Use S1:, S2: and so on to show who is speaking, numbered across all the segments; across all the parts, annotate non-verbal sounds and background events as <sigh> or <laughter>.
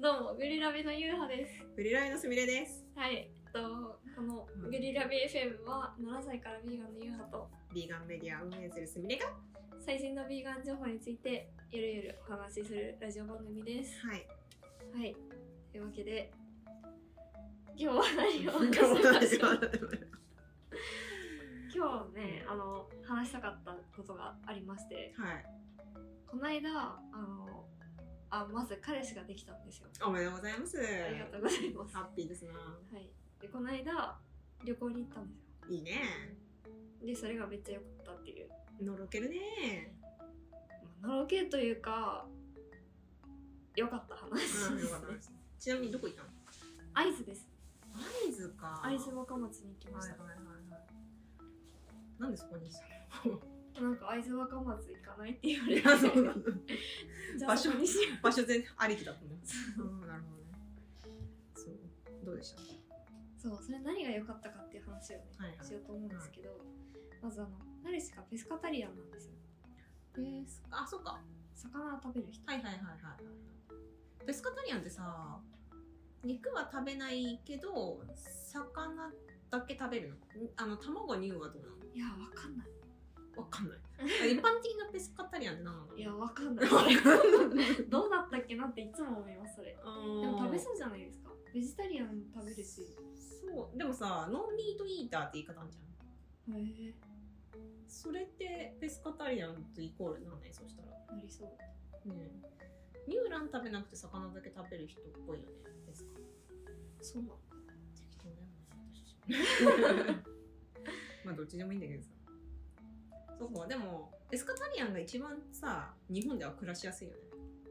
S1: どうも、グリラビのユウハです。
S2: フリライのすみれです。
S1: はい。えっと、このグリラビ FM は7歳からビーガンのユウハと
S2: ビーガンメディアを運営するすみれが、は
S1: 最新のビーガン情報についてゆるゆるお話しするラジオ番組です。
S2: い。
S1: はい。というわけで、今日は何を
S2: <laughs> 今
S1: 話
S2: 日
S1: しま
S2: も
S1: しょう
S2: 始まっ
S1: 今日ね、あの、話したかったことがありまして、
S2: たはい。
S1: この間、あの、あ、まず彼氏ができたんですよ。
S2: おめでとうございます。
S1: ありがとうございます。
S2: ハ
S1: は
S2: ッピーですな。
S1: い。で、この間、旅行に行ったんですよ。
S2: いいね。
S1: で、それがめっちゃ良かったっていう。
S2: のろけるね。
S1: まあのろけというか良かった話
S2: うん、よかったです。ちなみにどこ行ったの
S1: 会津です
S2: 会津か。
S1: 会津
S2: は
S1: 若松に行き
S2: い
S1: ま
S2: はい
S1: し
S2: は
S1: た、
S2: いはい。なんでそこにしたの
S1: なんか会津若松行かないって言われて
S2: あ <laughs> そうなの
S1: じゃあ
S2: 場所
S1: そこにしよ
S2: 場所全然ありきだったね。うん、なるほどね。そう。どうでした
S1: うそうそれ何が良かったかっていう話をね、
S2: はいはい
S1: しようと思うんですけど、まずあの彼氏がペスカタリアンなんですよ
S2: ペスあ、そっか。
S1: 魚を食べる人
S2: はいはいはいはいはいペスカタリアンってさ肉は食べないけど魚だけ食べるのんあの卵乳はどうない
S1: やわかんない
S2: のわかんない
S1: <laughs>
S2: あ一般的なペスカタリアンって何なの
S1: いやわかんない
S2: <laughs> わかんない
S1: どうだったっけなっていつも思いますそれ
S2: で
S1: でも
S2: も
S1: 食べそうじゃないですかベジタリアンも食べるしへ
S2: そうでもさノンミートイーターって言い方あるじゃん
S1: え
S2: それってペスカタリアンとイコールなんねそしたら
S1: なりそう
S2: ねえ乳卵食べなくて魚だけ食べる人っぽいよねペスカ
S1: そうなの
S2: 適当だよね私 <laughs> まあどっちでもいいんだけどさそうかでもエスカタリアンが一番さ日本では暮らしやすいよね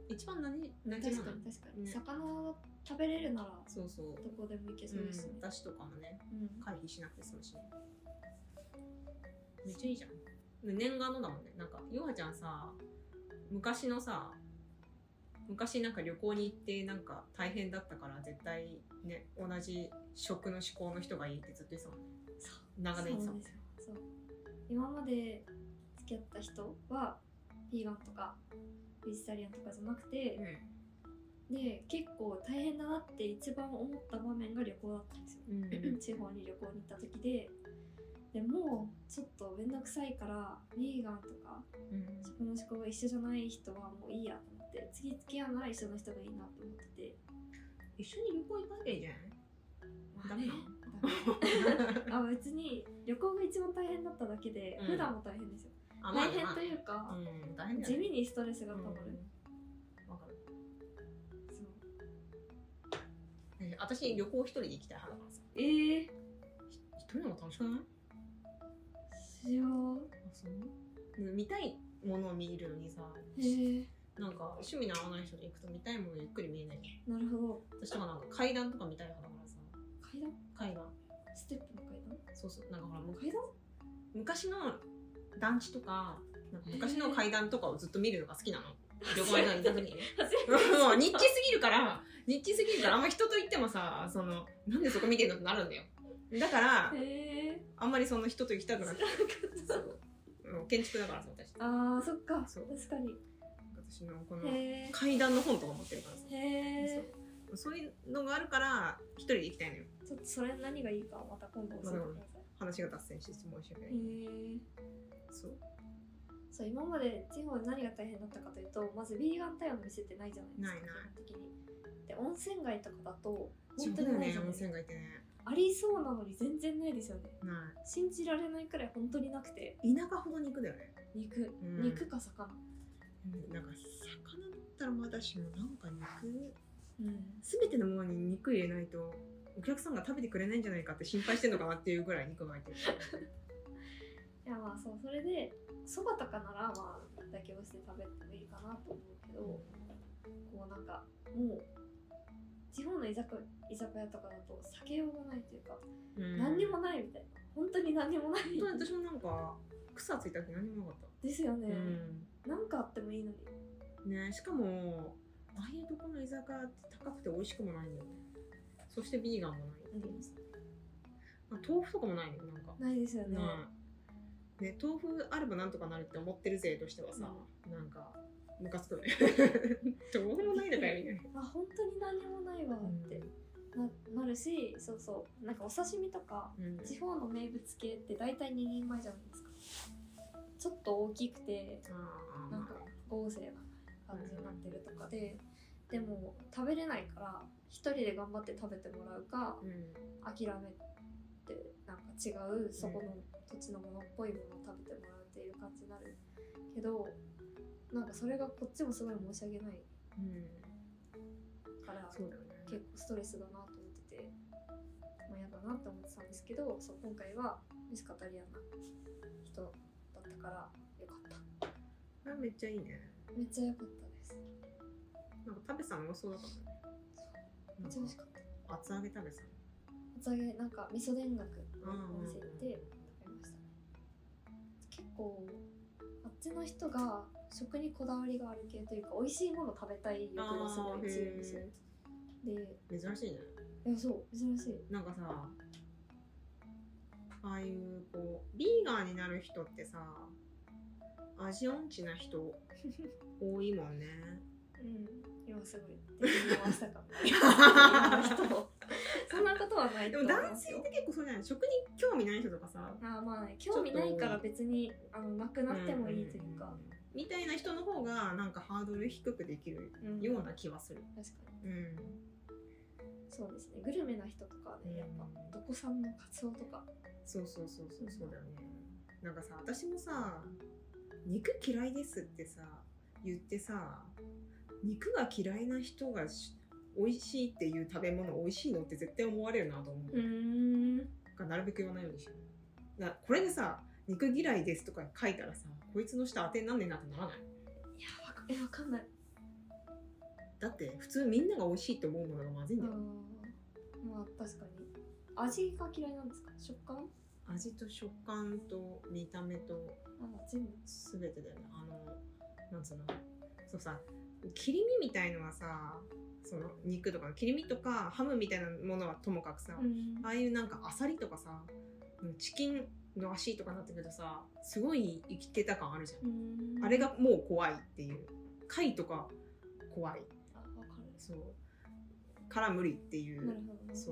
S2: 一番何何じ
S1: 確か
S2: ない
S1: に確かに、
S2: ね
S1: 魚食べれるなら
S2: そうそう
S1: どこでも行けそううですね
S2: ん、だしとかもね
S1: うん
S2: 回避しなくて済むしねめっちゃいいじゃん念願のだもんねなんかヨハちゃんさ昔のさ昔なんか旅行に行ってなんか大変だったから絶対ね同じ食の思考の人がいいってずっと言ってたもんね
S1: そう
S2: 長年
S1: そう
S2: さ
S1: なんですよそう今まで付き合った人はヴィーガンとかベジタリアンとかじゃなくて、で結構大変だなって一番思った場面が旅行だったんですよ、
S2: うんうん
S1: 地方に旅行に行った時ででもうちょっと面倒くさいからヴィーガンとか
S2: うん
S1: 食の思考が一緒じゃない人はもういいやと思って次付き合うなら一緒の人がいいなと思ってて
S2: 一緒に旅行行かなきゃいい <laughs> じゃない
S1: まあね
S2: ダメ
S1: <laughs> ダメあ別に旅行が一番大変だっただけで、
S2: うん
S1: 普段も大変ですよ
S2: あまあ
S1: 大変という
S2: まあ
S1: か、
S2: うん大変だ
S1: 地
S2: よね
S1: 味にストレスが
S2: う
S1: たま
S2: ん
S1: る、
S2: わかる
S1: そう
S2: ね私旅行一人で行きたい派だからさ
S1: ええ
S2: 一人の方が楽しくない
S1: しよう
S2: あそう見たいものを見るのにさ
S1: へえ
S2: なんか趣味の合わない人と行くと見たいものゆっくり見えないじ
S1: なるほど
S2: ゃん私とかなんか階段とか見たい派だからさ
S1: 階段
S2: 階段
S1: ステップの階段
S2: そうそうなんかほらむ
S1: 階段
S2: 昔の団地とかなんか昔の階段とかをずっと見るのが好きなの旅行に行った時にね
S1: 初めて
S2: もう日記すぎるから、日記すぎるから、あんま人と言ってもさ、その、なんでそこ見てんのってなるんだよ。だ <laughs> から、
S1: へえ
S2: あんまりその人と行きたくなくて。そううん建築だからさ、私。
S1: あーそっか
S2: そう
S1: 確かに
S2: 私のこの
S1: へ
S2: 階段の本とか持ってるからさ
S1: えへえ
S2: そう。そういうのがあるから、一人で行きたいのよ。
S1: ちょっとそれ何がいいかまた今度教えてくださ
S2: 話が脱線して申し訳ない
S1: い。へえ
S2: そう。
S1: そう今まで地方で何が大変だったかというとまずヴィーガンタイムの店ってないじゃないですか
S2: ないない
S1: 基本的にで温泉街とかだと
S2: 本
S1: 本当
S2: 当だ
S1: に
S2: よ
S1: ないじ
S2: ね、
S1: ゃないですか、
S2: 温泉街ってね。
S1: ありそうなのに全然ないですよね
S2: な
S1: 信じられないくらい本当になくて
S2: い。田舎ほど肉だよね。
S1: 肉、
S2: うん
S1: 肉か魚
S2: うんなんか、魚だったらまだしも、なんか肉。
S1: うん
S2: 全てのものに肉入れないとお客さんが食べてくれないんじゃないかって心配してんのかなっていうぐらい肉が入ってる <laughs>
S1: いやまあそうそれでそばとかならまあ妥協して食べてもいいかなと思うけど、こうなんかもう地方の居酒居酒屋とかだと避けようがないというか、
S2: うん
S1: 何にもないみたいな本当に何にもない
S2: 本当に私もなんか草ついたって何にもなかっ
S1: ですよ
S2: た、
S1: ね、なんかあってもいいのに
S2: うんねしかもああいうところの居酒屋って高くて美味しくもないんだよねそしてビーガンもないっていうさ、まあ豆腐とかもないのよなんか
S1: ないですよね、
S2: ねね豆腐あればなんとか <laughs> なるって思ってる勢としてはさ、なんかムカつくね豆腐もないのかよみたいな
S1: あ本当に何もないわってななるしそうそうなんかお刺身とか
S2: うん
S1: 地方の名物系って大体2人前じゃないですかちょっと大きくて
S2: あー
S1: なんか豪勢な感じになってるとかででも食べれないから一人で頑張って食べてもらうか
S2: うん
S1: 諦めてなんか違うそこの土地のものっぽいものを食べてもらうっていう感じになるけどなんかそれがこっちもすごい申し訳ない
S2: うん
S1: から
S2: そうだよ
S1: 結
S2: ね
S1: 構ストレスだなと思ってて、まあ、嫌だなって思ってたんですけどそう今回はミスカタリアンな人だったからよかった
S2: あめっちゃいいね
S1: めっちゃ良かったです
S2: なんか食べさんうまそうだからね
S1: めっちゃ美味しかった
S2: なんか厚揚げ食べさん
S1: 厚揚げなんか味噌田楽のお店行っ
S2: うんうん
S1: て食べましたね結構あっちの人が食にこだわりがある系というか美味しいもの食べたい欲がすごい強いんですよで
S2: へー珍しいね
S1: いやそう珍しい
S2: なんかさああいうこうビーガンになる人ってさ味音痴な人多いもんね
S1: うん、今すごい敵に回したかも今の人をそんなことはない
S2: で
S1: と思
S2: も
S1: い
S2: 男
S1: ます
S2: 性
S1: よ
S2: って結構そうじゃない食に興味ない人とかさ
S1: あーまあね興味ないから別にあのなくなってもいいというか、
S2: みたいな人の方がなんかハードル低くできる
S1: うん
S2: ような気はする
S1: 確かに
S2: うん
S1: そうですねグルメな人とかはねやっぱどこ産のカツオとか
S2: そうそうそうそうそうだよねなんかさ私もさ肉嫌いですってさ言ってさ肉が嫌いな人がし美味しいっていう食べ物美味しいのって絶対思われるなと思う、
S1: ん
S2: がなるべく言わないようにしようだこれでさ肉嫌いですとか書いたらさこいつの下当てになんねえなってならない
S1: いやわかえわかんない
S2: だって普通みんなが美味しいって思うものがまずいん
S1: あー
S2: だよ、
S1: まあ確かに味が嫌いなんですか食感
S2: 味と食感と見た目と
S1: あー全部
S2: 全てだよねあのなんつうのそうさ切り身みたいのはさその肉とか切り身とかハムみたいなものはともかくさ、
S1: うん
S2: ああいうなんかアサリとかさチキンの足とかなってくるとさすごい生きてた感あるじゃん、
S1: うん
S2: あれがもう怖いっていう貝とか怖い
S1: あわかる
S2: そうから無理っていう
S1: なるほどなるほど
S2: そ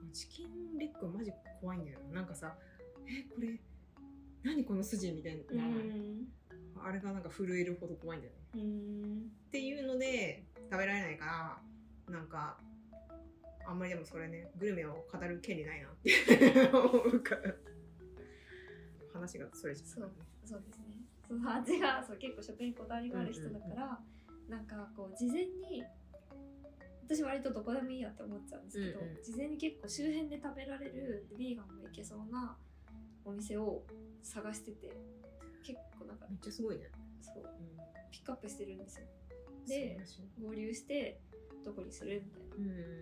S2: う。チキンレッグマジ怖いんだよな。なんかさ、え、これ、何この筋みたい
S1: うん
S2: な、あれがなんか震えるほど怖いんだよね。
S1: うん
S2: っていうので、食べられないから、なんか、あんまりでもそれね、グルメを語る権利ないなって思うから。話がそれちゃったからね。
S1: そうですね。その味がそう結構食にこだわりがある人だから、なんかこう事前に私割とどこでもいいやって思っちゃうんですけど、
S2: うんうん
S1: 事前に結構周辺で食べられるビーガンもいけそうなお店を探してて結構なんか
S2: めっちゃすごいね。
S1: そう
S2: うん、
S1: ピックアップしてるんですよ。
S2: 素晴
S1: で
S2: らしい
S1: 合流してどこにするみたいな
S2: うん。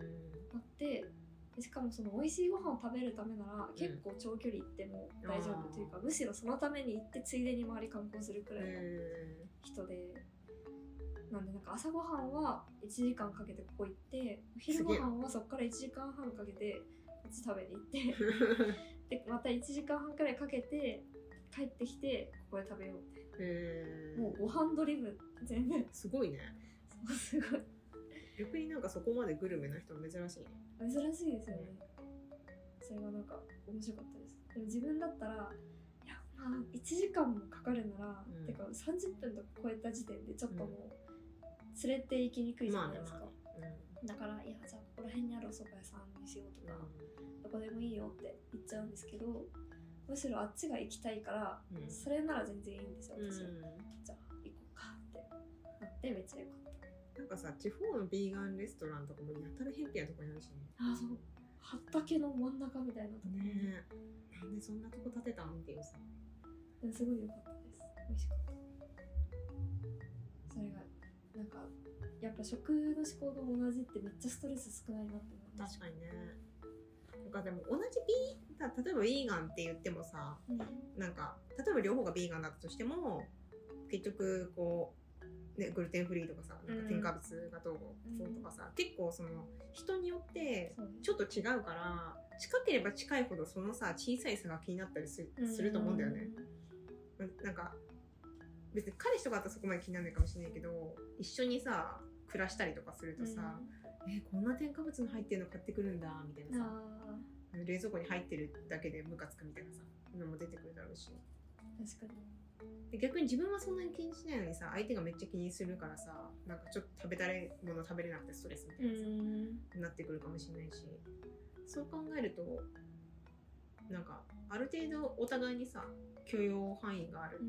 S1: なってでしかもその美味しいご飯を食べるためなら結構長距離行っても大丈夫というか、むしろそのために行ってついでに周り観光するくらいの
S2: え
S1: 人でなんでなんか朝ごはんは1時間かけてここ行ってお昼ごはんはそこから1時間半かけてこっち食べに行って
S2: ー
S1: でまた1時間半くらいかけて帰ってきてここで食べようみたい
S2: え
S1: なもうご飯ドリブン全部
S2: すごいね。
S1: そうすごい
S2: 逆になんかそこまでグルメな人は珍しい
S1: 珍
S2: ね。
S1: しいですよねそれがなんか面白かったですでも自分だったらいやまあ1時間もかかるなら、
S2: うん
S1: てか30分とか超えた時点でちょっともう連れて行きにくいじゃないですか、だからいやじゃあここら辺にあるお蕎麦屋さんにしようとか、どこでもいいよって言っちゃうんですけどむしろあっちが行きたいから、
S2: うんうん
S1: それなら全然いいんですよ
S2: うん
S1: 私は、じゃあ行こうかってなってめっちゃよかった
S2: なんかさ地方のビーガンレストランとかもやたら偏僻なとこにあるし
S1: あそう畑の真ん中みたいなところ、
S2: ねねえなんでそんなとこ建てたんっていうさ
S1: うんすごい良かったです美味しかったそれがなんかやっぱ食の思考が同じってめっちゃストレス少ないなって思いまし
S2: 確かにねなんかでも同じビーだ例えばビーガンって言ってもさ
S1: たうん
S2: なんか例えば両方がビーガンだったとしても結局こう、ね、グルテンフリーとかさなんか添加物がどうこうとかさ、結構その人によって
S1: そうね
S2: ちょっと違うから近ければ近いほどそのさ小さい差が気になったりす
S1: うん
S2: すると思うんだよね。ななんか別に彼氏とかだったらそこまで気にならないかもしれないけど一緒にさ暮らしたりとかすると
S1: う
S2: さ、
S1: ん
S2: えこんな添加物の入ってるの買ってくるんだみたいなさ、
S1: あ
S2: 冷蔵庫に入ってるだけでムカつくみたいなさのも出てくるだろうし
S1: ー確かに
S2: で逆に自分はそんなに気にしないのにさ相手がめっちゃ気にするからさなんかちょっと食べたいもの食べれなくてストレスみたい
S1: ん
S2: なさ、なってくるかもしれないしそう考えるとなんかある程度お互いにさ許容範囲がある
S1: う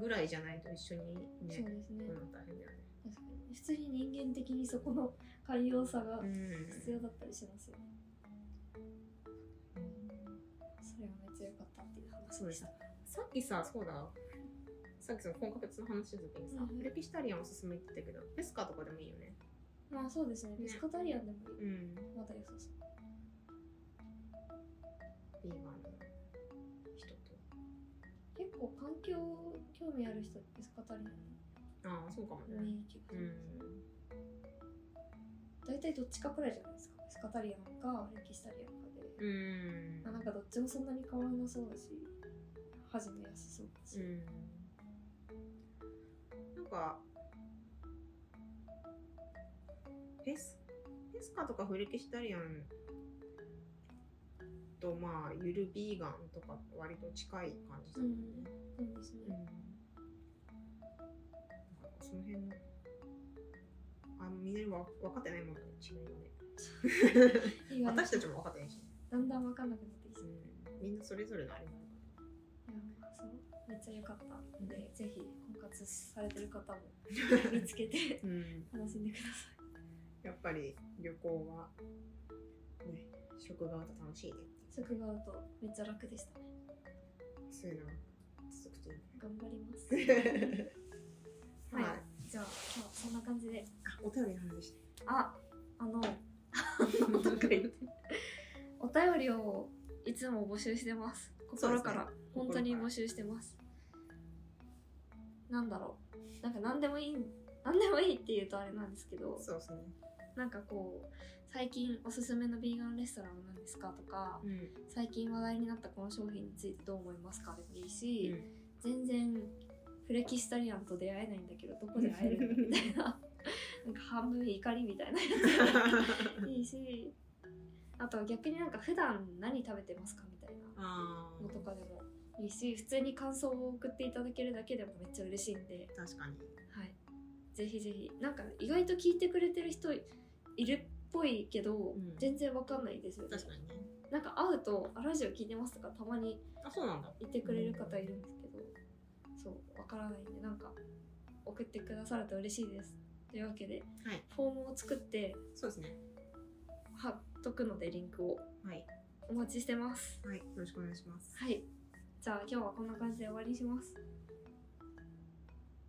S1: ん
S2: ぐらいじゃないと一緒に
S1: そうで
S2: ね
S1: すね、
S2: 行くの大変だよね。
S1: 確かに普通に人間的にそこの寛容さが
S2: うん
S1: 必要だったりしますよね、それがめっちゃ良かったっていう話
S2: そうでしたさっきさそうださっきそのコンカツの話した時にさ、
S1: うん
S2: レピシタリアンおすすめって言ったけどペスカとかでもいいよね。
S1: まあそうですね
S2: ね
S1: ビスカタリアンでも
S2: うん、
S1: まだ良さそう
S2: ビーガンの人と。
S1: 結構環境興味ある人ビスカタリアン
S2: ああそうかも
S1: 多
S2: ね。
S1: い気が
S2: う
S1: します、
S2: ん
S1: 大体どっちかくらいじゃないですかビスカタリアンかレキシタリアンかで、
S2: うん
S1: まあ、なんかどっちもそんなに変わらなそうだし始めやすそうだし、
S2: うんなんかペスペスカとかフルキシタリアンとまあゆるビーガンとか割と近い感じだもんね、
S1: そうです
S2: うん
S1: ね、
S2: なんかその辺のあみんなにわ分かってないもんね違いがね
S1: 意外に
S2: 私たちも分かってないし、
S1: だんだん分かんなくなってきて
S2: うんみんなそれぞれのあれなの
S1: い
S2: か
S1: やそうめっちゃ良かったので、
S2: う
S1: ぜひ婚活されてる方も見つけて
S2: な、うん
S1: 楽しんでくださ
S2: やっぱり旅行は、ね、食があると楽しいねっていう
S1: い職があるとめっちゃ楽でしたね
S2: そういうのが続くといいね。
S1: 頑張ります
S2: <laughs> はい、
S1: はいじゃあ今日そんな感じで
S2: お便りの話でし
S1: ああの
S2: た。
S1: なんか言ってお便りをいつも募集してます心から、
S2: そうですね
S1: 本当に募集してますなんだろうなんか何でもいい何でもいいって言うとあれなんですけど
S2: <laughs> そうですね。
S1: なんかこう最近おすすめのビーガンレストランは何ですかとか
S2: うん。
S1: 最近話題になったこの商品についてどう思いますかでもいいし、
S2: う
S1: 全然フレキシタリアンと出会えないんだけどどこで会えるのみたいななんか半分怒りみたいな <laughs> やつ
S2: ん
S1: いいしあとは逆になんか普段何食べてますかみたいな
S2: <laughs> あ
S1: のとかでもいいし普通に感想を送っていただけるだけでもめっちゃ嬉しいんで、
S2: あ、確かに。
S1: はい、ぜひぜひなんか意外と聞いてくれてる人いるっぽいけど、
S2: ん
S1: 全然わかんないですよね
S2: 確かにね。
S1: なんか会うと「あラジオ聞いてます」とかたまに
S2: あ、そうなんだ。
S1: いてくれる方いるんですけど、そうわからないんでなんか送ってくださると嬉しいですというわけで、
S2: はい
S1: フォームを作って
S2: そうですね。
S1: 貼っとくのでリンクを
S2: はい。
S1: お待ちしてます
S2: はい。よろしくお願いします。
S1: はいじゃあ今日はこんな感じで終わりにします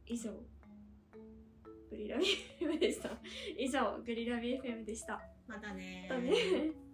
S1: 以上グリラビ FM でした以上グリラビ FM でした
S2: またね
S1: だね